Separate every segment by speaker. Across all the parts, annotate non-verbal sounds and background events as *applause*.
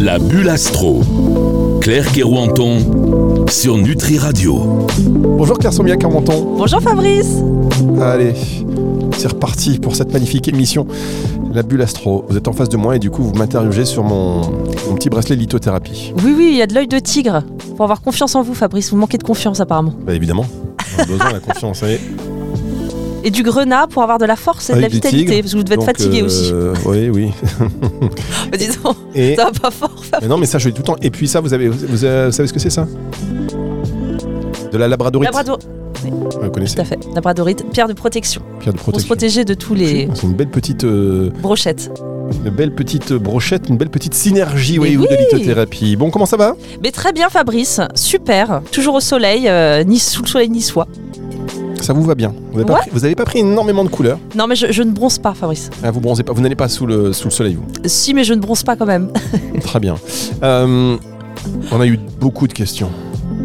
Speaker 1: La bulle astro. Claire Kerouanton sur Nutri Radio.
Speaker 2: Bonjour Claire Sommiac Carmenton.
Speaker 3: Bonjour Fabrice
Speaker 2: Allez, c'est reparti pour cette magnifique émission. La bulle astro. Vous êtes en face de moi et du coup vous m'interrogez sur mon, mon petit bracelet lithothérapie.
Speaker 3: Oui, oui, il y a de l'œil de tigre. Pour avoir confiance en vous, Fabrice, vous manquez de confiance apparemment.
Speaker 2: Bah évidemment, on a besoin de la confiance.
Speaker 3: *laughs*
Speaker 2: Allez.
Speaker 3: Et du grenat pour avoir de la force et de la
Speaker 2: Avec des
Speaker 3: vitalité,
Speaker 2: tigres,
Speaker 3: parce que vous devez être
Speaker 2: Donc,
Speaker 3: fatigué
Speaker 2: euh, *laughs*
Speaker 3: aussi.
Speaker 2: Oui,
Speaker 3: *laughs*
Speaker 2: oui.
Speaker 3: Bah, dis donc,
Speaker 2: Et,
Speaker 3: ça va pas fort, Fabrice.
Speaker 2: mais non, mais ça je l'ai tout le temps. Et puis ça, vous, avez, vous, vous, euh, savez ce que c'est ça De la labradorite.
Speaker 3: Labrador,
Speaker 2: Vous
Speaker 3: tout
Speaker 2: connaissez
Speaker 3: à fait. Labradorite, pierre de protection.
Speaker 2: Pierre de
Speaker 3: Pour se
Speaker 2: protection.
Speaker 3: protéger de tous les
Speaker 2: C'est une belle petite, euh,
Speaker 3: brochettes.
Speaker 2: une belle petite euh, brochette, une belle petite synergie,
Speaker 3: Mais
Speaker 2: voyez-vous, de
Speaker 3: oui.
Speaker 2: lithothérapie. Bon, comment ça va
Speaker 3: Mais très bien, Fabrice. Super. Toujours au soleil, euh, ni sous le soleil, ni soi.
Speaker 2: Ça vous va bien Vous n'avez pas,
Speaker 3: Ouais.
Speaker 2: pris- vous avez pas pris énormément de couleurs
Speaker 3: Non, mais je, je ne bronze pas, Fabrice.
Speaker 2: Ah, Vous bronzez pas, vous n'allez pas sous le, sous le soleil, vous
Speaker 3: Si, mais je ne bronze pas quand même. *laughs*
Speaker 2: Très bien. Euh, on a eu beaucoup de questions.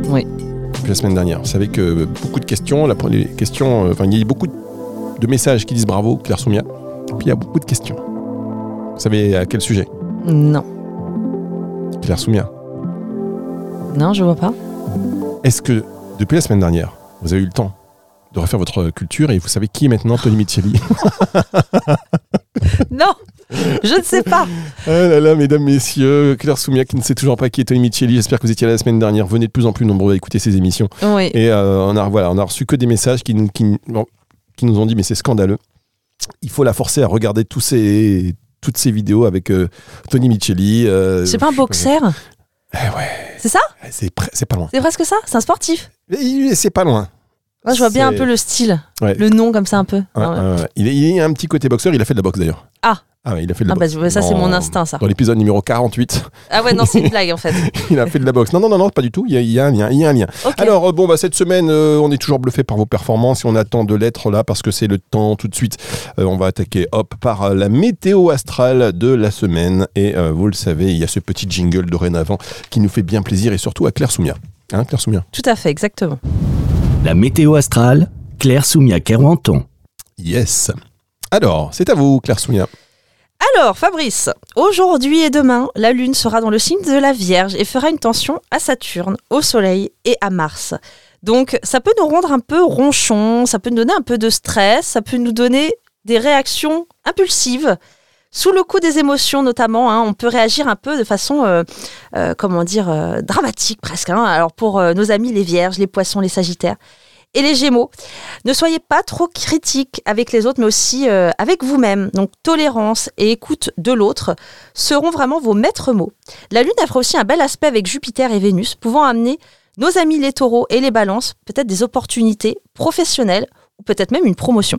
Speaker 3: Oui.
Speaker 2: Depuis la semaine dernière. Vous savez que beaucoup de questions, la, les questions, euh, enfin, il y a eu beaucoup de, de messages qui disent bravo, Claire Soumia. Puis il y a beaucoup de questions. Vous savez à quel sujet
Speaker 3: Non.
Speaker 2: Claire Soumia.
Speaker 3: Non, je vois pas. *laughs*
Speaker 2: Est-ce que, depuis la semaine dernière, vous avez eu le temps de refaire votre culture et vous savez qui est maintenant Tony Micheli
Speaker 3: Non, je ne
Speaker 2: *laughs*
Speaker 3: sais pas.
Speaker 2: Ah là là, mesdames, messieurs, Claire Soumia qui ne sait toujours pas qui est Tony Micheli. J'espère que vous étiez là la semaine dernière. Venez de plus en plus nombreux à écouter ces émissions.
Speaker 3: Oui.
Speaker 2: Et euh, on, a, voilà, on a reçu que des messages qui, nous- qui, bon, qui nous ont dit mais c'est scandaleux. Il faut la forcer à regarder tous ces, toutes ces vidéos avec euh, Tony Micheli. euh,
Speaker 3: C'est pas un boxeur
Speaker 2: Eh ouais,
Speaker 3: C'est ça
Speaker 2: c'est pre- c'est pas loin.
Speaker 3: C'est presque ça C'est un sportif
Speaker 2: Mais il- C'est pas loin.
Speaker 3: Moi, je vois bien un
Speaker 2: C'est-
Speaker 3: peu le style,
Speaker 2: Ouais.
Speaker 3: le nom comme ça un peu.
Speaker 2: Ouais,
Speaker 3: Ah, ouais.
Speaker 2: ouais, ouais. Il, est- il a un petit côté boxeur. Il a fait de la boxe d'ailleurs.
Speaker 3: Ah.
Speaker 2: Ah ouais, il a fait de la
Speaker 3: Ah,
Speaker 2: boxe.
Speaker 3: bah, ça, c'est
Speaker 2: Dans-
Speaker 3: mon instinct, ça.
Speaker 2: Dans l'épisode numéro 48,
Speaker 3: Ah ouais, non, c'est une blague en fait.
Speaker 2: *laughs* il a fait de la boxe. Non, non, non, non, pas du tout. Il y a, il y a un lien. Il y a un lien.
Speaker 3: Ok.
Speaker 2: Alors, euh, bon, bah, cette semaine, euh, on est toujours bluffé par vos performances et on attend de l'être là parce que c'est le temps tout de suite. Euh, on va attaquer, hop, par euh, la météo astrale de la semaine. Et euh, vous le savez, il y a ce petit jingle dorénavant qui nous fait bien plaisir et surtout à Claire Soumia. Hein, Claire Soumia
Speaker 3: Tout à fait, exactement.
Speaker 4: La météo astrale, Claire Soumia Kerwanton.
Speaker 2: Yes. Alors, c'est à vous, Claire Soumia.
Speaker 3: Alors, Fabrice, aujourd'hui et demain, la Lune sera dans le signe de la Vierge et fera une tension à Saturne, au Soleil et à Mars. Donc, ça peut nous rendre un peu ronchons, ça peut nous donner un peu de stress, ça peut nous donner des réactions impulsives. Sous le coup des émotions notamment, hein, on peut réagir un peu de façon, euh, euh, comment dire, euh, dramatique presque. hein. Alors pour euh, nos amis les vierges, les poissons, les sagittaires et les gémeaux, ne soyez pas trop critique avec les autres, mais aussi euh, avec vous-même. Donc tolérance et écoute de l'autre seront vraiment vos maîtres mots. La Lune elle fera aussi un bel aspect avec Jupiter et Vénus, pouvant amener nos amis les taureaux et les balances, peut-être des opportunités professionnelles ou peut-être même une promotion.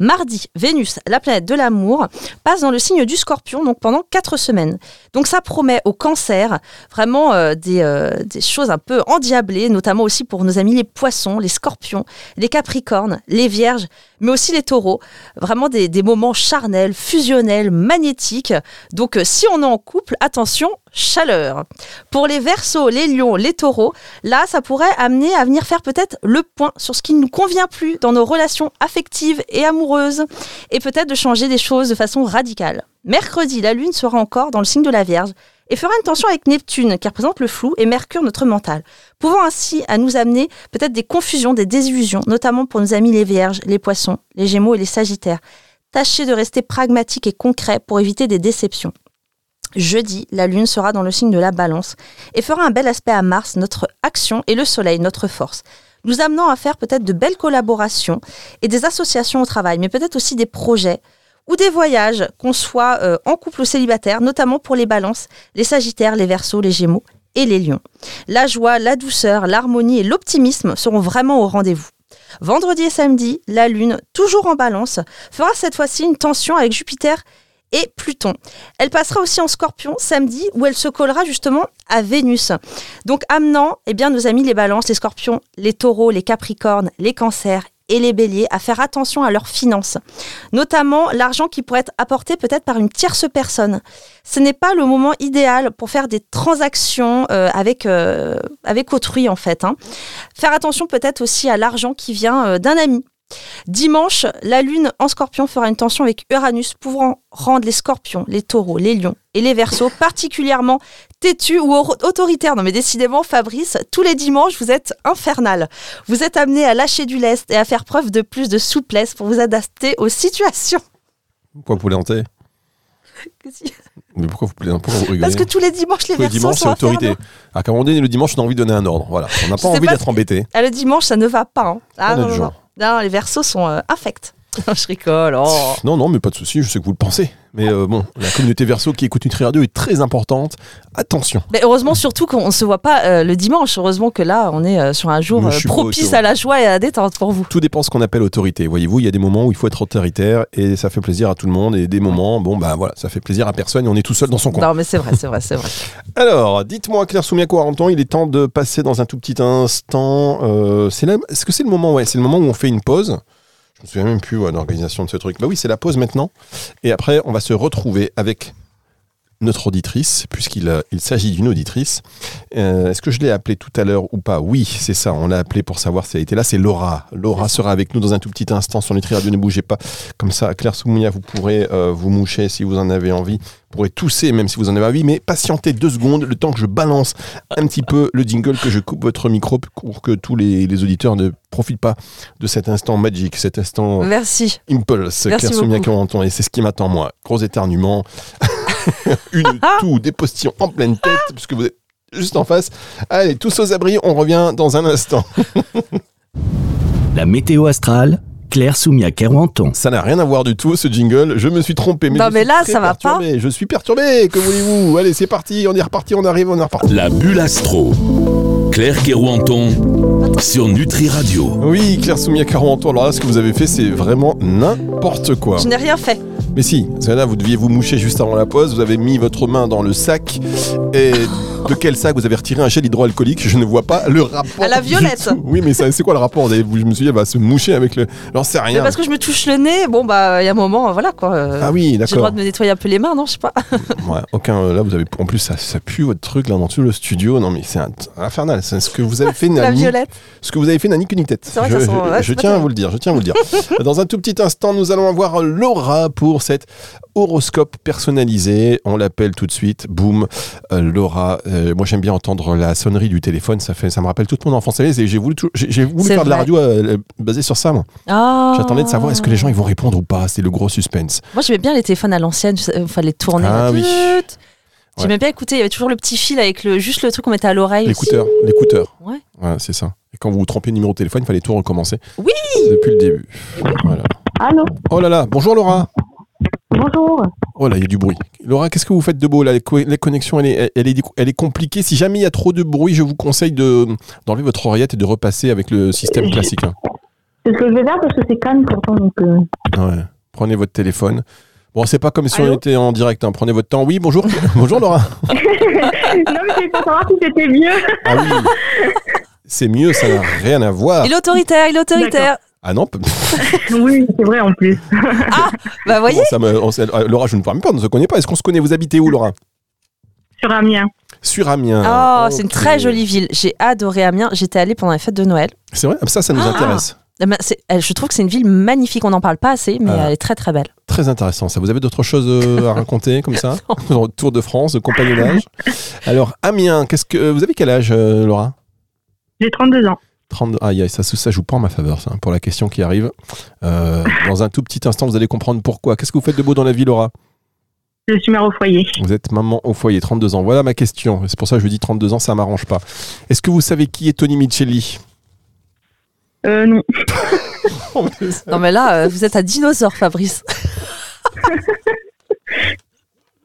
Speaker 3: Mardi, Vénus, la planète de l'amour, passe dans le signe du scorpion donc pendant quatre semaines. Donc ça promet au cancer vraiment euh, des, euh, des choses un peu endiablées, notamment aussi pour nos amis les poissons, les scorpions les capricornes, les vierges, mais aussi les taureaux. Vraiment des, des moments charnels, fusionnels, magnétiques. Donc euh, si on est en couple, attention, chaleur. Pour les versos, les lions, les taureaux, là, ça pourrait amener à venir faire peut-être le point sur ce qui ne nous convient plus dans nos relations affectives et amoureuses, et peut-être de changer des choses de façon radicale. Mercredi, la Lune sera encore dans le signe de la Vierge et fera une tension avec Neptune, qui représente le flou, et Mercure, notre mental, pouvant ainsi à nous amener peut-être des confusions, des désillusions, notamment pour nos amis les Vierges, les Poissons, les Gémeaux et les Sagittaires. Tâchez de rester pragmatique et concret pour éviter des déceptions. Jeudi, la Lune sera dans le signe de la Balance et fera un bel aspect à Mars, notre action, et le Soleil, notre force, nous amenant à faire peut-être de belles collaborations et des associations au travail, mais peut-être aussi des projets ou des voyages, qu'on soit euh, en couple ou célibataire, notamment pour les Balances, les Sagittaires, les Verseaux, les Gémeaux et les Lions. La joie, la douceur, l'harmonie et l'optimisme seront vraiment au rendez-vous. Vendredi et samedi, la Lune, toujours en balance, fera cette fois-ci une tension avec Jupiter et Pluton. Elle passera aussi en scorpion samedi où elle se collera justement à Vénus. Donc amenant eh bien, nos amis les balances, les scorpions, les taureaux, les capricornes, les cancers et les béliers à faire attention à leurs finances, notamment l'argent qui pourrait être apporté peut-être par une tierce personne. Ce n'est pas le moment idéal pour faire des transactions euh, avec, euh, avec autrui en fait. hein. Faire attention peut-être aussi à l'argent qui vient euh, d'un ami. Dimanche, la Lune en scorpion fera une tension avec Uranus, pouvant rendre les scorpions, les taureaux, les lions et les versos particulièrement têtus ou au- autoritaires. Non mais décidément, Fabrice, tous les dimanches, vous êtes infernal. Vous êtes amené à lâcher du lest et à faire preuve de plus de souplesse pour vous adapter aux situations. *laughs*
Speaker 2: Pourquoi vous plaisantez Mais pourquoi vous plaisantez Pourquoi vous rigolez
Speaker 3: Parce que tous les dimanches, les
Speaker 2: Tous les
Speaker 3: versos
Speaker 2: dimanches,
Speaker 3: sont
Speaker 2: c'est autorité.
Speaker 3: infernaux.
Speaker 2: À un moment donné, le dimanche, on a envie de donner un ordre. Voilà. On n'a
Speaker 3: sais
Speaker 2: pas envie
Speaker 3: pas
Speaker 2: d'être embêté.
Speaker 3: Ah, le dimanche, ça ne va pas. hein. Ah,
Speaker 2: Pas
Speaker 3: non,
Speaker 2: notre
Speaker 3: non, non.
Speaker 2: genre.
Speaker 3: Non, les versos sont euh, infects. *laughs* Non, je rigole. oh.
Speaker 2: Non, non, mais pas de souci, je sais que vous le pensez. Mais euh, bon, la communauté verso qui écoute Nutri Radio est très importante. Attention.
Speaker 3: Mais heureusement surtout qu'on ne se voit pas euh, le dimanche. Heureusement que là, on est euh, sur un jour
Speaker 2: Mais
Speaker 3: euh,
Speaker 2: je suis pas
Speaker 3: propice
Speaker 2: auto.
Speaker 3: à la joie et à la détente pour vous.
Speaker 2: Tout dépend ce qu'on appelle autorité. Voyez-vous, il y a des moments où il faut être autoritaire et ça fait plaisir à tout le monde. Et des moments, bon, bah voilà, ça fait plaisir à personne et on est tout seul dans son coin.
Speaker 3: Non, mais c'est vrai, c'est vrai, c'est vrai.
Speaker 2: Alors, dites-moi, Claire Soumia Corenton, il est temps de passer dans un tout petit instant. euh, c'est là- Est-ce que c'est le moment Ouais, c'est le moment où on fait une pause. Je me souviens même plus ouais, de l'organisation de ce truc. Bah oui, c'est la pause maintenant. Et après, on va se retrouver avec notre auditrice, puisqu'il euh, il s'agit d'une auditrice. Euh, Est-ce que je l'ai appelée tout à l'heure ou pas Oui, c'est ça. On l'a appelée pour savoir si elle était là. C'est Laura. Laura sera avec nous dans un tout petit instant sur Nutri Radio. Ne bougez pas. Comme ça, Claire Soumia, vous pourrez euh, vous moucher si vous en avez envie pourrez tousser même si vous en avez envie, mais patientez deux secondes le temps que je balance un petit peu le jingle, que je coupe votre micro pour que tous les, les auditeurs ne profitent pas de cet instant magic, cet instant
Speaker 3: Merci.
Speaker 2: impulse,
Speaker 3: Merci
Speaker 2: Claire Soumia
Speaker 3: beaucoup.
Speaker 2: Corentin, et c'est ce qui m'attend moi. Gros éternuement,
Speaker 3: *laughs*
Speaker 2: une
Speaker 3: Ah
Speaker 2: toux, des postillons en pleine tête, puisque vous êtes juste en face. Allez, tous aux abris, on revient dans un instant.
Speaker 4: La météo astrale, Claire Soumia Kerwanton.
Speaker 2: Ça n'a rien à voir du tout ce jingle, je me suis trompé.
Speaker 3: Non,
Speaker 2: je
Speaker 3: mais
Speaker 2: suis
Speaker 3: là,
Speaker 2: très
Speaker 3: ça va pas.
Speaker 2: perturbé. Je suis perturbé, que voulez-vous Allez, c'est parti, on est reparti, on arrive, on est reparti.
Speaker 1: La bulle astro. Claire Kerouanton sur Nutri Radio.
Speaker 2: Oui, Claire Soumia 40 alors là, ce que vous avez fait, c'est vraiment n'importe quoi.
Speaker 3: Je n'ai rien fait.
Speaker 2: Mais si, parce que là, vous deviez vous moucher juste avant la pause, vous avez mis votre main dans le sac, et de quel sac vous avez retiré un gel hydroalcoolique Je ne vois pas le rapport.
Speaker 3: À la
Speaker 2: du
Speaker 3: violette.
Speaker 2: tout. Oui, mais ça, c'est quoi le rapport Vous avez- Je me suis dit, elle va se moucher avec le... J'en sais
Speaker 3: Mais
Speaker 2: rien.
Speaker 3: parce que je me touche le nez, bon, bah, il y a un moment, euh, voilà quoi. euh,
Speaker 2: Ah oui,
Speaker 3: J'ai le droit
Speaker 2: d'accord.
Speaker 3: de me nettoyer un peu les mains, non Je sais pas. *laughs*
Speaker 2: Ouais, aucun. euh, Là, vous avez. En plus, ça, ça pue votre truc là dans tout le studio. Non, mais c'est un- infernal. C'est ce que vous
Speaker 3: *laughs*
Speaker 2: avez fait,
Speaker 3: La
Speaker 2: Nani.
Speaker 3: violette.
Speaker 2: ce que vous avez fait n'a ni queue ni tête.
Speaker 3: C'est vrai que
Speaker 2: je
Speaker 3: ça sent- ouais,
Speaker 2: je
Speaker 3: c'est pas
Speaker 2: tiens à
Speaker 3: terrible.
Speaker 2: vous le dire, je tiens à vous
Speaker 3: *laughs*
Speaker 2: le dire. Dans un tout petit instant, nous allons avoir Laura pour cet horoscope personnalisé. On l'appelle tout de suite. Boum, Euh, Laura. euh, moi, j'aime bien entendre la sonnerie du téléphone. Ça fait, ça me rappelle toute mon enfance. Vous savez, J'ai j'ai voulu, tou- j'ai j'ai voulu
Speaker 3: C'est
Speaker 2: faire de la
Speaker 3: vrai.
Speaker 2: radio euh, euh, basée sur ça. moi.
Speaker 3: Ah.
Speaker 2: J'attendais de savoir est-ce que les gens ils vont répondre ou pas. C'est le gros suspense.
Speaker 3: Moi, j'aimais bien les téléphones à l'ancienne, je- euh, fallait tourner.
Speaker 2: Ah
Speaker 3: là,
Speaker 2: oui.
Speaker 3: tut.
Speaker 2: Ouais.
Speaker 3: J'aimais bien écouter, il y avait toujours le petit fil avec le, juste le truc qu'on mettait à l'oreille.
Speaker 2: L'écouteur, l'écouteur.
Speaker 3: Ouais.
Speaker 2: c'est ça. Et quand vous vous trompiez de numéro de téléphone, il fallait tout recommencer.
Speaker 3: Oui
Speaker 2: Depuis le début. Voilà.
Speaker 5: Allô,
Speaker 2: Oh là là, bonjour Laura.
Speaker 5: bonjour.
Speaker 2: Oh là, il y a du bruit. Laura, qu'est-ce que vous faites de beau là La co- la connexion, elle est, elle, est, elle est compliquée. Si jamais il y a trop de bruit, je vous conseille de d'enlever votre oreillette et de repasser avec le système classique. hein. là.
Speaker 5: C'est ce que je vais faire parce que c'est calme pourtant. Donc, *laughs* euh,
Speaker 2: Ah Ouais. Prenez votre téléphone. Bon, c'est pas comme si on
Speaker 5: Allô
Speaker 2: était en direct. hein. Prenez votre temps. Oui, bonjour. *laughs* bonjour Laura.
Speaker 5: non, mais je pas savoir si c'était mieux.
Speaker 2: Ah oui. C'est mieux, ça n'a rien à voir.
Speaker 3: Il est autoritaire, il est autoritaire.
Speaker 2: Ah non, p-
Speaker 5: *laughs* Oui, c'est vrai en plus.
Speaker 3: Bah, voyez.
Speaker 2: ça me- on s'est- euh, Laura, je ne parle même pas, on ne se connaît pas. Est-ce qu'on se connaît Vous habitez où, Laura
Speaker 5: Sur Amiens.
Speaker 2: Sur Amiens.
Speaker 3: Oh, c'est une
Speaker 2: Ah, Ok.
Speaker 3: très jolie ville. J'ai adoré Amiens. J'étais allée pendant les fêtes de Noël.
Speaker 2: C'est vrai Ça, ça nous
Speaker 3: Ah.
Speaker 2: intéresse.
Speaker 3: Eh ben, c'est- elle- Je trouve que c'est une ville magnifique. On n'en parle pas assez, mais
Speaker 2: Ah.
Speaker 3: elle est très très belle.
Speaker 2: Très intéressant. Ça, vous avez d'autres choses euh, à raconter comme
Speaker 3: *laughs*
Speaker 2: ça Genre Tour de France, de compagnonnage. Alors, Amiens, qu'est-ce que vous avez quel âge, euh, Laura
Speaker 5: J'ai 32 ans.
Speaker 2: 30. Aïe, aïe, ça, ça joue pas en ma faveur, ça, pour la question qui arrive. Euh, dans un tout petit instant, vous allez comprendre pourquoi. Qu'est-ce que vous faites de beau dans la vie, Laura
Speaker 5: Je suis mère au foyer.
Speaker 2: Vous êtes maman au foyer, 32 ans. Voilà ma question. C'est pour ça que je dis 32 ans, ça m'arrange pas. Est-ce que vous savez qui est Tony Micheli
Speaker 5: Euh, non.
Speaker 3: Non, mais là, euh, vous êtes un dinosaure, Fabrice.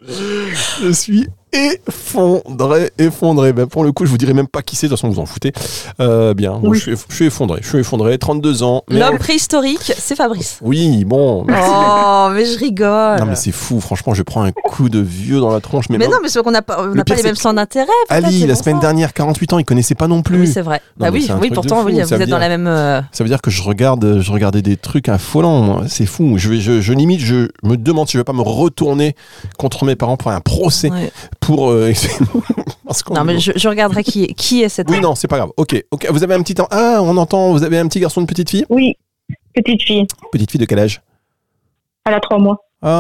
Speaker 2: Je suis effondré, effondré. Ben, pour le coup, je vous dirai même pas qui c'est, de toute façon, vous en foutez. Euh, bien, moi,
Speaker 5: Oui.
Speaker 2: je, suis, eff- je suis effondré, je suis effondré, 32 ans. *laughs* mais-
Speaker 3: L'homme préhistorique,
Speaker 2: *laughs*
Speaker 3: c'est Fabrice.
Speaker 2: Oui, bon.
Speaker 3: Oh, mais je rigole.
Speaker 2: Non, mais c'est fou, franchement, je prends un coup de vieux dans la tronche. Mais,
Speaker 3: Mais
Speaker 2: même
Speaker 3: non, mais c'est qu'on n'a pas, on n'a
Speaker 2: pire,
Speaker 3: pas les
Speaker 2: c'est
Speaker 3: mêmes
Speaker 2: que-
Speaker 3: centres d'intérêt. peut-être,
Speaker 2: Ali,
Speaker 3: c'est
Speaker 2: la
Speaker 3: pour
Speaker 2: semaine
Speaker 3: ça.
Speaker 2: dernière, 48 ans, il connaissait pas non plus.
Speaker 3: Oui, c'est vrai.
Speaker 2: Non,
Speaker 3: bah
Speaker 2: mais
Speaker 3: oui,
Speaker 2: c'est un
Speaker 3: oui
Speaker 2: truc
Speaker 3: pourtant,
Speaker 2: de
Speaker 3: oui,
Speaker 2: fou, ça
Speaker 3: vous
Speaker 2: veut
Speaker 3: êtes dans
Speaker 2: dire-
Speaker 3: la même. euh,
Speaker 2: Ça veut dire que je regarde, je regardais des trucs affolants. moi. C'est fou. Je, vais, je, je limite, je me demande si je vais pas me retourner contre mes parents pour un procès
Speaker 3: ouais.
Speaker 2: pour. euh, *laughs* parce qu'on-
Speaker 3: Non, mais je, je regarderai qui est, qui est cette.
Speaker 2: Oui, non, c'est pas grave. Ok, ok. Vous avez un petit temps. Ah, on entend. Vous avez un petit garçon, une petite fille.
Speaker 5: Oui. Petite fille.
Speaker 2: Petite fille de quel âge
Speaker 5: Elle a trois mois.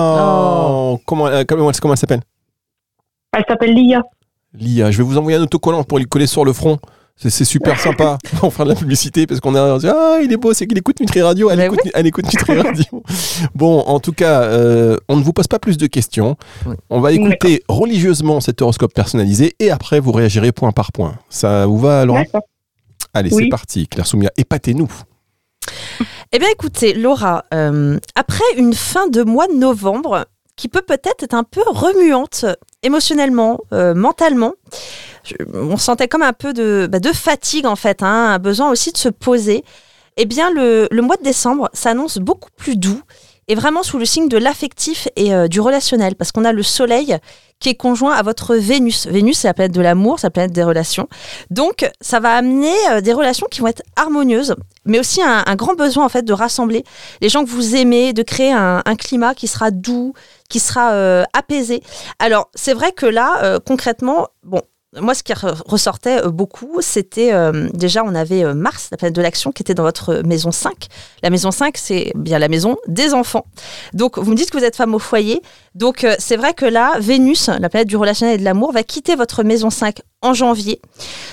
Speaker 2: Oh, Comment, euh, comment, comment elle s'appelle
Speaker 5: Elle s'appelle Lia.
Speaker 2: Lia. Je vais vous envoyer un autocollant pour lui coller sur le front. C'est- C'est
Speaker 3: *laughs*
Speaker 2: super sympa. On fera de la publicité parce qu'on a. Ah, il est beau, c'est qu'il écoute Nutri Radio. Elle,
Speaker 3: Mais
Speaker 2: écoute, elle écoute Nutri
Speaker 3: *laughs*
Speaker 2: Radio. Bon, en tout cas, euh, on ne vous pose pas plus de questions.
Speaker 3: Oui.
Speaker 2: On va écouter religieusement cet horoscope personnalisé et après vous réagirez point par point. Ça vous va, Laura
Speaker 5: D'accord.
Speaker 2: Allez,
Speaker 5: Oui.
Speaker 2: c'est parti. Claire Soumia, épatez-nous.
Speaker 3: Eh bien, écoutez, Laura, euh, après une fin de mois de novembre qui peut peut-être être un peu remuante émotionnellement, euh, mentalement, je- on sentait comme un peu de, bah, de fatigue en fait, hein, un besoin aussi de se poser. Eh bien, le, le mois de décembre s'annonce beaucoup plus doux et vraiment sous le signe de l'affectif et euh, du relationnel, parce qu'on a le soleil qui est conjoint à votre Vénus. Vénus, c'est la planète de l'amour, c'est la planète des relations. Donc, ça va amener euh, des relations qui vont être harmonieuses mais aussi un, un grand besoin en fait de rassembler les gens que vous aimez, de créer un, un climat qui sera doux, qui sera euh, apaisé. Alors c'est vrai que là euh, concrètement, bon. Moi, ce qui re- ressortait euh, beaucoup, c'était euh, déjà, on avait euh, Mars, la planète de l'action, qui était dans votre maison 5. La maison 5, c'est bien la maison des enfants. Donc, vous me dites que vous êtes femme au foyer. Donc, euh, c'est vrai que là, Vénus, la planète du relationnel et de l'amour, va quitter votre maison 5 en janvier.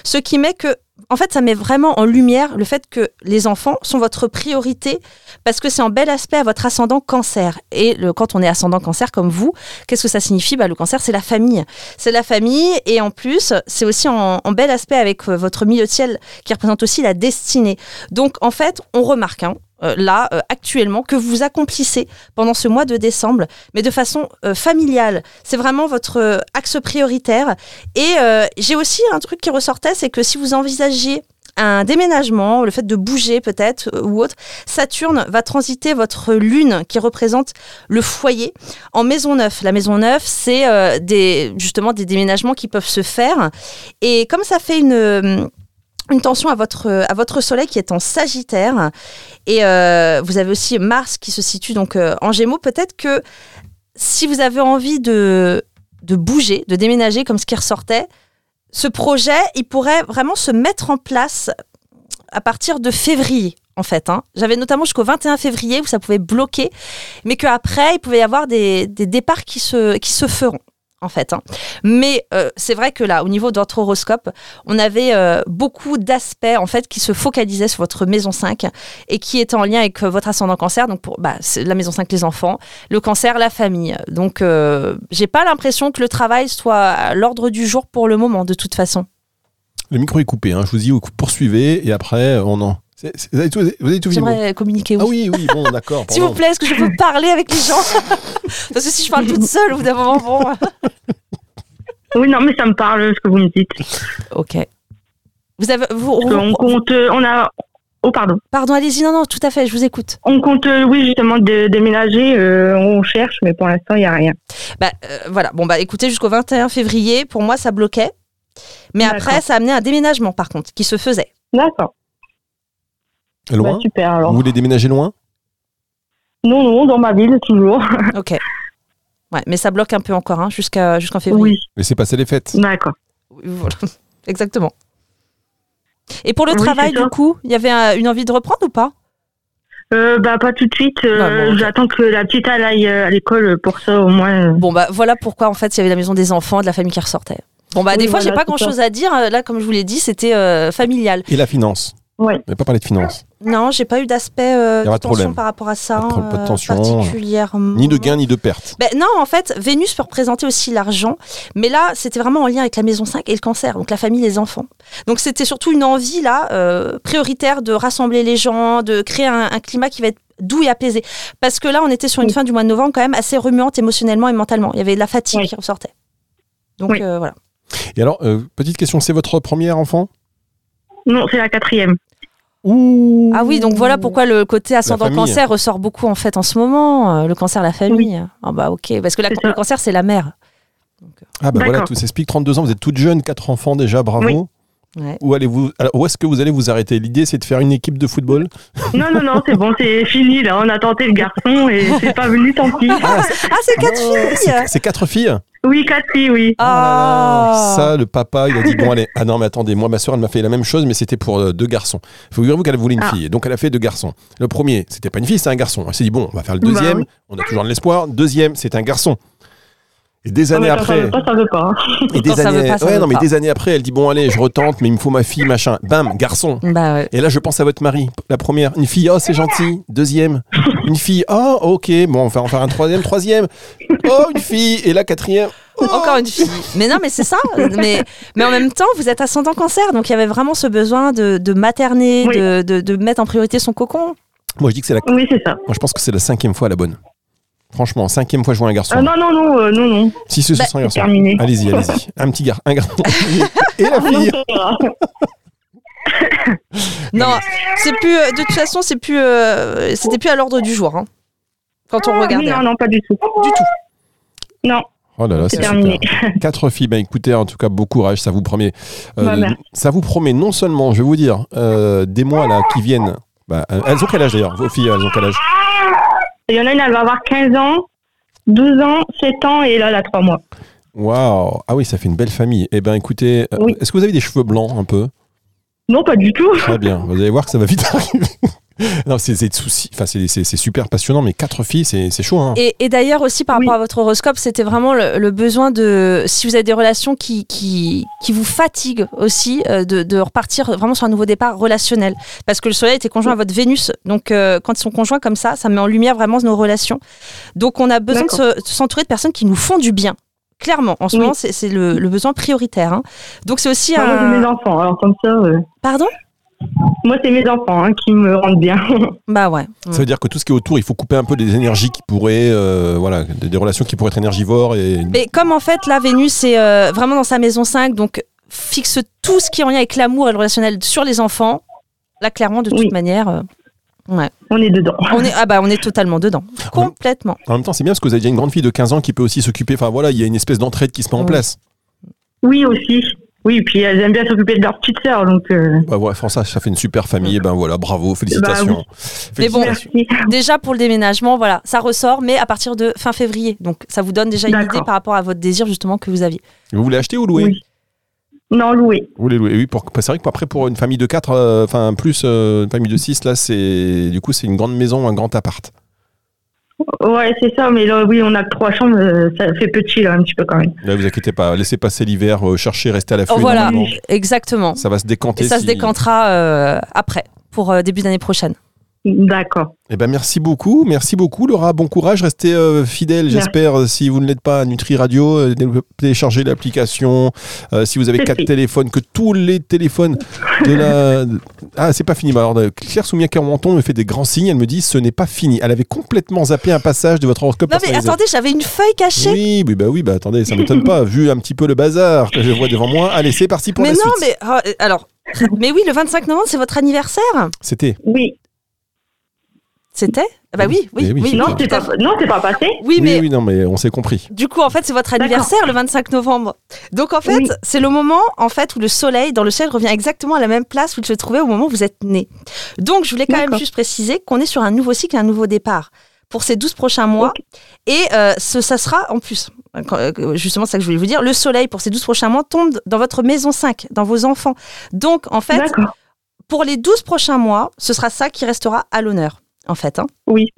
Speaker 3: Ce qui met que en fait, ça met vraiment en lumière le fait que les enfants sont votre priorité parce que c'est un bel aspect à votre ascendant cancer. Et le, quand on est ascendant cancer comme vous, qu'est-ce que ça signifie bah, Le cancer, c'est la famille. C'est la famille et en plus, c'est aussi en, en bel aspect avec euh, votre milieu de ciel qui représente aussi la destinée. Donc, en fait, on remarque hein, euh, là, euh, actuellement, que vous accomplissez pendant ce mois de décembre, mais de façon euh, familiale. C'est vraiment votre euh, axe prioritaire et euh, j'ai aussi un truc qui ressortait, c'est que si vous envisagez un déménagement, le fait de bouger peut-être euh, ou autre, Saturne va transiter votre lune qui représente le foyer en maison neuve. La maison neuve, c'est euh, des, justement des déménagements qui peuvent se faire. Et comme ça fait une, euh, une tension à votre, à votre soleil qui est en Sagittaire, et euh, vous avez aussi Mars qui se situe donc euh, en Gémeaux, peut-être que si vous avez envie de, de bouger, de déménager comme ce qui ressortait, ce projet, il pourrait vraiment se mettre en place à partir de février. En fait, hein. j'avais notamment jusqu'au 21 février où ça pouvait bloquer, mais qu'après, il pouvait y avoir des, des départs qui se, qui se feront, en fait. hein. Mais euh, c'est vrai que là, au niveau de votre horoscope, on avait euh, beaucoup d'aspects, en fait, qui se focalisaient sur votre maison 5 et qui étaient en lien avec euh, votre ascendant cancer, donc pour bah, c'est la maison 5, les enfants, le cancer, la famille. Donc, euh, j'ai pas l'impression que le travail soit à l'ordre du jour pour le moment, de toute façon.
Speaker 2: Le micro est coupé. hein. Je vous dis, vous poursuivez et après, on en. c'est- c'est- vous, avez tout, vous avez tout vu, vous
Speaker 3: J'aimerais communiquer. oui.
Speaker 2: Ah oui, oui, bon, d'accord.
Speaker 3: *laughs* S'il vous
Speaker 2: pardon.
Speaker 3: plaît, est-ce que je peux parler avec les
Speaker 5: *laughs*
Speaker 3: gens Parce que si je parle toute seule, au bout d'un moment, bon. euh.
Speaker 5: Oui, non, mais ça me parle ce que vous me dites.
Speaker 3: Ok. Vous avez. Vous,
Speaker 5: Parce qu'on
Speaker 3: vous-
Speaker 5: compte, euh, on a. Oh, pardon.
Speaker 3: pardon, allez-y. Non, non, tout à fait, je vous écoute.
Speaker 5: On compte, euh, oui, justement, de déménager. euh, on cherche, mais pour l'instant, il n'y a rien.
Speaker 3: Bah, euh, voilà. Bon, bah, écoutez, jusqu'au 21 février, pour moi, ça bloquait. Mais après,
Speaker 5: D'accord.
Speaker 3: ça amenait un déménagement, par contre, qui se faisait.
Speaker 5: D'accord.
Speaker 2: Loin
Speaker 5: Bah, super, alors.
Speaker 2: Vous voulez déménager loin
Speaker 5: Non, non, dans ma ville, toujours.
Speaker 3: Ok. Ouais, mais ça bloque un peu encore, hein, jusqu'à- jusqu'en février.
Speaker 5: Oui,
Speaker 2: Mais c'est passé les fêtes.
Speaker 5: d'accord.
Speaker 3: Oui, voilà. *laughs* Exactement. Et pour le
Speaker 5: Oui,
Speaker 3: travail,
Speaker 5: c'est
Speaker 3: du
Speaker 5: ça.
Speaker 3: coup, il y avait euh, une envie de reprendre ou pas
Speaker 5: Euh, bah, pas tout de suite. euh,
Speaker 3: Non, bon, ok.
Speaker 5: J'attends que la petite elle aille euh, à l'école pour ça, au moins. euh.
Speaker 3: Bon, bah voilà pourquoi, en fait, il y avait la maison des enfants, de la famille qui ressortait. Bon, bah
Speaker 5: Oui,
Speaker 3: des fois, j'ai
Speaker 5: voilà,
Speaker 3: pas
Speaker 5: c'est ça.
Speaker 3: grand-chose à dire. Euh, Là, comme je vous l'ai dit, c'était euh, familial.
Speaker 2: Et la finance.
Speaker 5: Ouais.
Speaker 2: On n'a pas parlé de finance.
Speaker 3: Non, j'ai pas eu d'aspect euh,
Speaker 2: Y aura
Speaker 3: de
Speaker 2: de problème.
Speaker 3: tension par rapport à ça.
Speaker 2: Pas de pro- pas de
Speaker 3: euh,
Speaker 2: tension.
Speaker 3: particulièrement.
Speaker 2: Ni de gain, ni de perte.
Speaker 3: Ben, non, en fait, Vénus peut représenter aussi l'argent, mais là, c'était vraiment en lien avec la maison 5 et le cancer, donc la famille, les enfants. Donc c'était surtout une envie, là, euh, prioritaire de rassembler les gens, de créer un, un climat qui va être doux et apaisé. Parce que là, on était sur une fin du mois de novembre quand même assez remuante émotionnellement et mentalement. Il y avait de la fatigue
Speaker 5: Oui.
Speaker 3: qui ressortait. Donc
Speaker 5: Oui.
Speaker 3: euh, voilà.
Speaker 2: Et alors, euh, petite question, c'est votre premier enfant
Speaker 5: Non, c'est la quatrième.
Speaker 2: Ouh
Speaker 3: Ah oui, donc voilà pourquoi le côté ascendant
Speaker 2: famille.
Speaker 3: cancer ressort beaucoup en fait en ce moment. euh, Le cancer, la famille. Ah bah ok, parce que la-
Speaker 5: C'est ça.
Speaker 3: le cancer, c'est la mère. Donc, euh,
Speaker 2: Ah bah voilà,
Speaker 5: D'accord.
Speaker 2: tout s'explique. 32 ans, vous êtes toute jeune, quatre enfants déjà, bravo.
Speaker 5: Oui.
Speaker 3: Ouais.
Speaker 2: Où, allez-vous, alors, où est-ce que vous allez vous arrêter L'idée, c'est de faire une équipe de football
Speaker 5: Non, non, non, c'est bon, c'est *laughs* fini, là. On a tenté le garçon et c'est pas venu, tant pis.
Speaker 3: Ah, c'est quatre
Speaker 5: euh.
Speaker 3: filles
Speaker 2: C'est quatre filles
Speaker 5: Oui, quatre filles, oui.
Speaker 3: Ah
Speaker 2: Ça, le papa, il a dit bon, allez, ah non, mais attendez, moi, ma soeur, elle m'a fait la même chose, mais c'était pour euh, deux garçons. Il faut dire qu'elle voulait une
Speaker 5: Ah.
Speaker 2: fille, donc elle a fait deux garçons. Le premier, c'était pas une fille, c'était un garçon. Elle s'est dit bon, on va faire le
Speaker 5: Bah
Speaker 2: deuxième,
Speaker 5: oui.
Speaker 2: on a toujours de l'espoir. Deuxième, c'est un garçon. Et des années
Speaker 5: Ah, mais quand
Speaker 2: après.
Speaker 5: Ça veut pas, ça veut pas.
Speaker 2: Et des
Speaker 3: Quand ça veut
Speaker 2: années,
Speaker 3: pas, ça
Speaker 2: ouais,
Speaker 3: veut
Speaker 2: non, mais
Speaker 3: pas.
Speaker 2: des années après, elle dit bon allez, je retente, mais il me faut ma fille, machin. Bam, garçon.
Speaker 3: Bah ouais.
Speaker 2: Et là, je pense à votre mari. La première, une fille, oh c'est gentil. Deuxième, une fille, oh ok, bon, on va en faire un troisième, troisième. Oh une fille et la quatrième. oh.
Speaker 3: Encore une fille. Mais non, mais c'est ça. Mais, mais en même temps, vous êtes ascendant cancer, donc il y avait vraiment ce besoin de, de materner,
Speaker 5: Oui.
Speaker 3: de, de- de mettre en priorité son cocon.
Speaker 2: Moi, je dis que c'est la.
Speaker 5: Oui, c'est ça.
Speaker 2: Moi, je pense que c'est la cinquième fois la bonne. Franchement, cinquième fois, je vois un garçon.
Speaker 5: Ah, non, non, non, euh, non, non,
Speaker 2: si ce ce
Speaker 3: Bah,
Speaker 2: sera un garçon.
Speaker 5: terminé.
Speaker 2: Allez-y, allez-y. Un petit gar, un
Speaker 5: *laughs*
Speaker 2: garçon. Et la fille.
Speaker 3: Non, c'est plus. euh, de toute façon, c'est plus. euh, C'était plus à l'ordre du jour. hein, quand on regardait.
Speaker 5: Ah, Non, non, pas du tout.
Speaker 2: Du tout.
Speaker 5: Ah Non,
Speaker 2: Oh là là,
Speaker 5: c'est
Speaker 2: c'est
Speaker 5: terminé.
Speaker 2: super. Quatre filles, bah écoutez, en tout cas, bon courage, ça vous promet. euh,
Speaker 5: Bah, merci.
Speaker 2: ça vous promet non seulement, je vais vous dire, euh, des mois là qui viennent. Bah, euh, elles ont quel âge d'ailleurs Vos filles, elles ont quel âge
Speaker 5: Il y en a une, elle va avoir 15 ans, 12 ans, 7 ans et là, elle a 3 mois.
Speaker 2: Waouh Ah oui, ça fait une belle famille. Eh ben écoutez, euh,
Speaker 5: Oui.
Speaker 2: est-ce que vous avez des cheveux blancs un peu
Speaker 5: Non, pas du tout.
Speaker 2: Très bien, vous allez voir que ça va vite *laughs* arriver. non, c'est c'est de soucis. Enfin, c'est c'est- c'est super passionnant, mais quatre filles, c'est c'est chaud. Hein.
Speaker 3: Et, et d'ailleurs aussi par
Speaker 5: Oui.
Speaker 3: rapport à votre horoscope, c'était vraiment le, le besoin de, si vous avez des relations qui, qui, qui vous fatiguent aussi, euh, de, de repartir vraiment sur un nouveau départ relationnel. Parce que le Soleil était conjoint à votre Vénus, donc euh, quand ils sont conjoints comme ça, ça met en lumière vraiment nos relations. Donc on a besoin de se- de s'entourer de personnes qui nous font du bien. Clairement, en ce
Speaker 5: Oui.
Speaker 3: moment, c'est c'est le, le besoin prioritaire. hein. Donc c'est aussi
Speaker 5: Ah, moi, j'ai
Speaker 3: un...
Speaker 5: mes enfants, alors comme ça, euh,
Speaker 3: Pardon
Speaker 5: moi, c'est mes enfants hein, qui me rendent bien. *laughs*
Speaker 3: Bah ouais.
Speaker 2: Ça veut dire que tout ce qui est autour, il faut couper un peu des énergies qui pourraient, euh, voilà, des des relations qui pourraient être énergivores et
Speaker 3: Mais comme en fait, là, Vénus est euh, vraiment dans sa maison 5, donc fixe tout ce qui est en lien avec l'amour et le relationnel sur les enfants. Là, clairement, de toute
Speaker 5: Oui.
Speaker 3: manière, euh,
Speaker 5: On est dedans.
Speaker 3: on, est, ah bah, on est totalement dedans. Complètement.
Speaker 2: En même temps, c'est bien parce que vous avez déjà une grande fille de 15 ans qui peut aussi s'occuper. Enfin voilà, il y a une espèce d'entraide qui se met en
Speaker 3: Oui.
Speaker 2: place.
Speaker 5: Oui, aussi. Oui, puis elles aiment bien s'occuper de leur petite sœur, donc euh,
Speaker 2: Bah voilà, enfin, ça, ça fait une super famille. Ben voilà, bravo, félicitations.
Speaker 3: Mm. Bah, Mais bon,
Speaker 2: Félicitations.
Speaker 5: merci.
Speaker 3: Déjà, pour le déménagement, voilà, ça ressort, mais à partir de fin février. Donc, ça vous donne déjà une
Speaker 5: D'accord.
Speaker 3: idée par rapport à votre désir, justement, que vous aviez.
Speaker 2: Vous voulez acheter ou louer
Speaker 5: Oui. Non, loué.
Speaker 2: Vous voulez louer. Oui, pour- bah, c'est vrai que après pour une famille de 4, euh, enfin plus euh, une famille de 6, là c'est du coup c'est une grande maison, un grand appart.
Speaker 5: Ouais, c'est ça, mais là, oui, on a que trois chambres, euh, ça fait petit, là, un petit peu quand même.
Speaker 2: Là vous inquiétez pas, laissez passer l'hiver, euh, cherchez, restez à l'affût.
Speaker 3: Oh, voilà,
Speaker 2: normalement.
Speaker 3: exactement.
Speaker 2: Ça va se décanter.
Speaker 3: Et ça se
Speaker 2: si-
Speaker 3: décantera euh, après, pour euh, début d'année prochaine.
Speaker 5: D'accord.
Speaker 2: Eh ben merci beaucoup, merci beaucoup Laura, bon courage, restez euh, fidèle
Speaker 5: Merci.
Speaker 2: j'espère, euh, si vous ne l'êtes pas à Nutri Radio, euh, dé- téléchargez l'application, Euh, si vous avez
Speaker 5: C'est
Speaker 2: quatre
Speaker 5: fait.
Speaker 2: téléphones, que tous les téléphones de la... Ah c'est pas fini, Bah, alors euh, Claire Soumia Carmenton me fait des grands signes, elle me dit ce n'est pas fini, elle avait complètement zappé un passage de votre horoscope
Speaker 3: Non, mais
Speaker 2: personnalisé.
Speaker 3: attendez, j'avais une feuille cachée.
Speaker 2: Oui, oui, bah oui, bah attendez, ça m'étonne pas, vu un petit peu le bazar que je vois devant moi. Allez, c'est parti pour
Speaker 3: mais
Speaker 2: la
Speaker 3: non,
Speaker 2: suite.
Speaker 3: mais. ah, euh, alors. *laughs* Mais oui, le 25 novembre, c'est votre anniversaire.
Speaker 2: C'était.
Speaker 5: Oui.
Speaker 3: C'était Ah Bah oui, oui,
Speaker 2: Eh oui,
Speaker 3: oui.
Speaker 2: c'était.
Speaker 5: Non,
Speaker 3: oui,
Speaker 5: c'est
Speaker 3: tout à
Speaker 5: pas,
Speaker 3: fait.
Speaker 5: non, c'est pas passé.
Speaker 3: Oui, mais
Speaker 2: oui, non, mais on s'est compris.
Speaker 3: du coup, en fait, c'est votre
Speaker 5: D'accord.
Speaker 3: anniversaire le 25 novembre. Donc, en fait,
Speaker 5: Oui.
Speaker 3: c'est le moment en fait où le soleil dans le ciel revient exactement à la même place où il se trouvait au moment où vous êtes né. Donc, je voulais quand même
Speaker 5: D'accord.
Speaker 3: juste préciser qu'on est sur un nouveau cycle, un nouveau départ pour ces 12 prochains mois. Et euh, ce, ça sera en plus, euh, quand- euh, justement, c'est ça que je voulais vous dire, le soleil pour ces 12 prochains mois tombe dans votre maison 5, dans vos enfants. Donc, en fait,
Speaker 5: D'accord.
Speaker 3: pour les 12 prochains mois, ce sera ça qui restera à l'honneur, en fait. hein.
Speaker 5: Oui.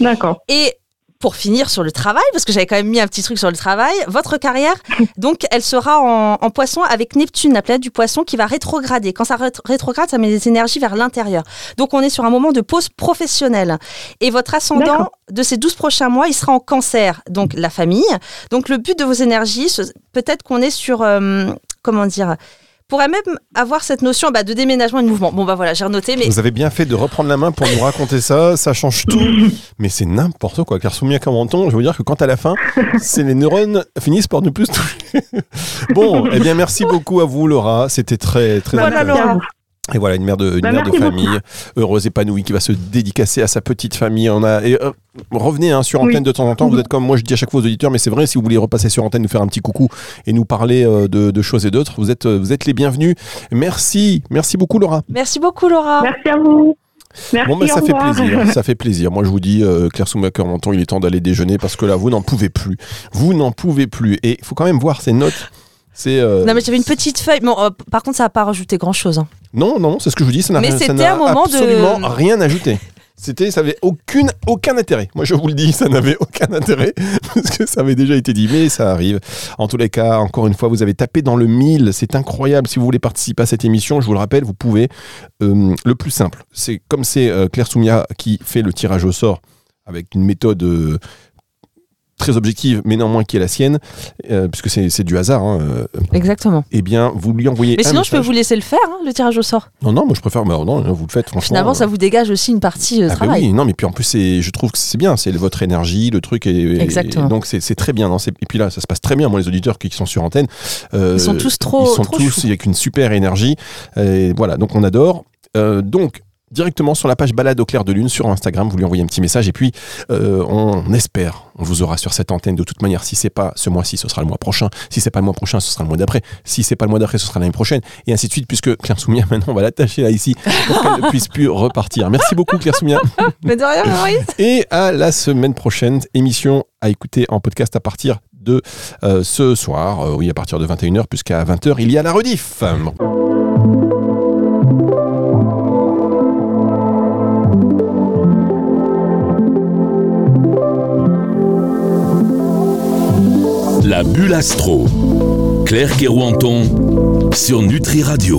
Speaker 5: D'accord.
Speaker 3: Et pour finir sur le travail, parce que j'avais quand même mis un petit truc sur le travail, votre carrière, donc elle sera en, en poisson avec Neptune, la planète du poisson, qui va rétrograder. Quand ça rétro- rétrograde, ça met des énergies vers l'intérieur. Donc on est sur un moment de pause professionnelle. Et votre ascendant
Speaker 5: D'accord.
Speaker 3: de ces 12 prochains mois, il sera en cancer, donc la famille. Donc le but de vos énergies, ce- peut-être qu'on est sur, euh, comment dire, pourrait même avoir cette notion bah, de déménagement et de mouvement. Bon, bah voilà, j'ai renoté, mais
Speaker 2: Vous avez bien fait de reprendre la main pour nous raconter ça, ça change
Speaker 5: *laughs*
Speaker 2: tout. Mais c'est n'importe quoi, car Soumia Carenton, je veux dire que quand à la fin, c'est les neurones finissent par ne plus se toucher. *laughs* Bon, eh bien merci beaucoup à vous Laura, c'était très très
Speaker 3: Voilà,
Speaker 2: intéressant.
Speaker 3: Laura.
Speaker 2: Et voilà une mère de, une
Speaker 5: Bah,
Speaker 2: mère de
Speaker 5: merci beaucoup.
Speaker 2: famille heureuse épanouie qui va se dédicacer à sa petite famille. On a et, euh, revenez hein, sur
Speaker 5: Oui.
Speaker 2: antenne de temps en temps. Vous êtes comme moi, je dis à chaque fois aux auditeurs, mais c'est vrai si vous voulez repasser sur antenne, nous faire un petit coucou et nous parler euh, de, de choses et d'autres, vous êtes euh, vous êtes les bienvenus. Merci, merci beaucoup Laura.
Speaker 3: merci beaucoup, Laura.
Speaker 5: Merci à vous. Merci,
Speaker 2: Bon, ben,
Speaker 5: au
Speaker 2: ça fait
Speaker 5: revoir. *laughs*
Speaker 2: plaisir. Ça fait plaisir. Moi, je vous dis, euh, Claire Soumaker Menton, il est temps d'aller déjeuner parce que là, vous n'en pouvez plus. Vous n'en pouvez plus. Et il faut quand même voir ces notes. C'est euh,
Speaker 3: Non, mais j'avais une petite feuille. Bon, euh, par contre, ça n'a pas rajouté grand-chose. hein.
Speaker 2: non, non, c'est ce que je vous dis. Ça n'a
Speaker 3: Mais
Speaker 2: rien- ça
Speaker 3: c'était
Speaker 2: n'a
Speaker 3: un moment de-
Speaker 2: absolument rien ajouté. C'était, ça avait aucune, aucun intérêt. Moi, je vous le dis, ça n'avait aucun intérêt *laughs* parce que ça avait déjà été dit, mais ça arrive. En tous les cas, encore une fois, vous avez tapé dans le mille. C'est incroyable. Si vous voulez participer à cette émission, je vous le rappelle, vous pouvez. Euh, le plus simple, c'est comme c'est euh, Claire Soumia qui fait le tirage au sort avec une méthode euh, très objective, mais néanmoins qui est la sienne, euh, puisque c'est c'est du hasard. hein, euh,
Speaker 3: Exactement.
Speaker 2: eh bien, vous lui envoyez.
Speaker 3: Mais
Speaker 2: un
Speaker 3: sinon, je peux
Speaker 2: message.
Speaker 3: vous laisser le faire, hein, le tirage au sort.
Speaker 2: Non, non, moi je préfère. bah, non, vous le faites, franchement.
Speaker 3: Finalement, ça
Speaker 2: euh,
Speaker 3: vous dégage aussi une partie de
Speaker 2: ah bah
Speaker 3: travail.
Speaker 2: oui, non, mais puis en plus, c'est- je trouve que c'est bien, c'est votre énergie, le truc. Et, et-
Speaker 3: Exactement.
Speaker 2: et donc, c'est c'est très bien. non, c'est- et puis là, ça se passe très bien. Moi, les auditeurs qui, qui sont sur antenne, euh,
Speaker 3: Ils sont tous trop.
Speaker 2: ils sont
Speaker 3: trop
Speaker 2: tous
Speaker 3: choux.
Speaker 2: avec une super énergie. Et voilà, donc on adore. Euh, donc, directement sur la page Balade au clair de lune sur Instagram, vous lui envoyez un petit message. Et puis, euh, on espère, on vous aura sur cette antenne. De toute manière, si c'est pas ce mois-ci, ce sera le mois prochain. Si c'est pas le mois prochain, ce sera le mois d'après. Si c'est pas le mois d'après, ce sera l'année prochaine. Et ainsi de suite, puisque Claire Soumia, *laughs* maintenant, on va l'attacher là ici pour qu'elle
Speaker 3: *laughs*
Speaker 2: ne puisse plus repartir. Merci beaucoup, Claire Soumia.
Speaker 3: Mais de rien, Maurice.
Speaker 2: Et à la semaine prochaine, émission à écouter en podcast à partir de euh, ce soir, Euh, oui à partir de 21h, puisqu'à 20h, il y a la rediff.
Speaker 1: La bulle astro. Claire Kerouanton sur Nutri Radio.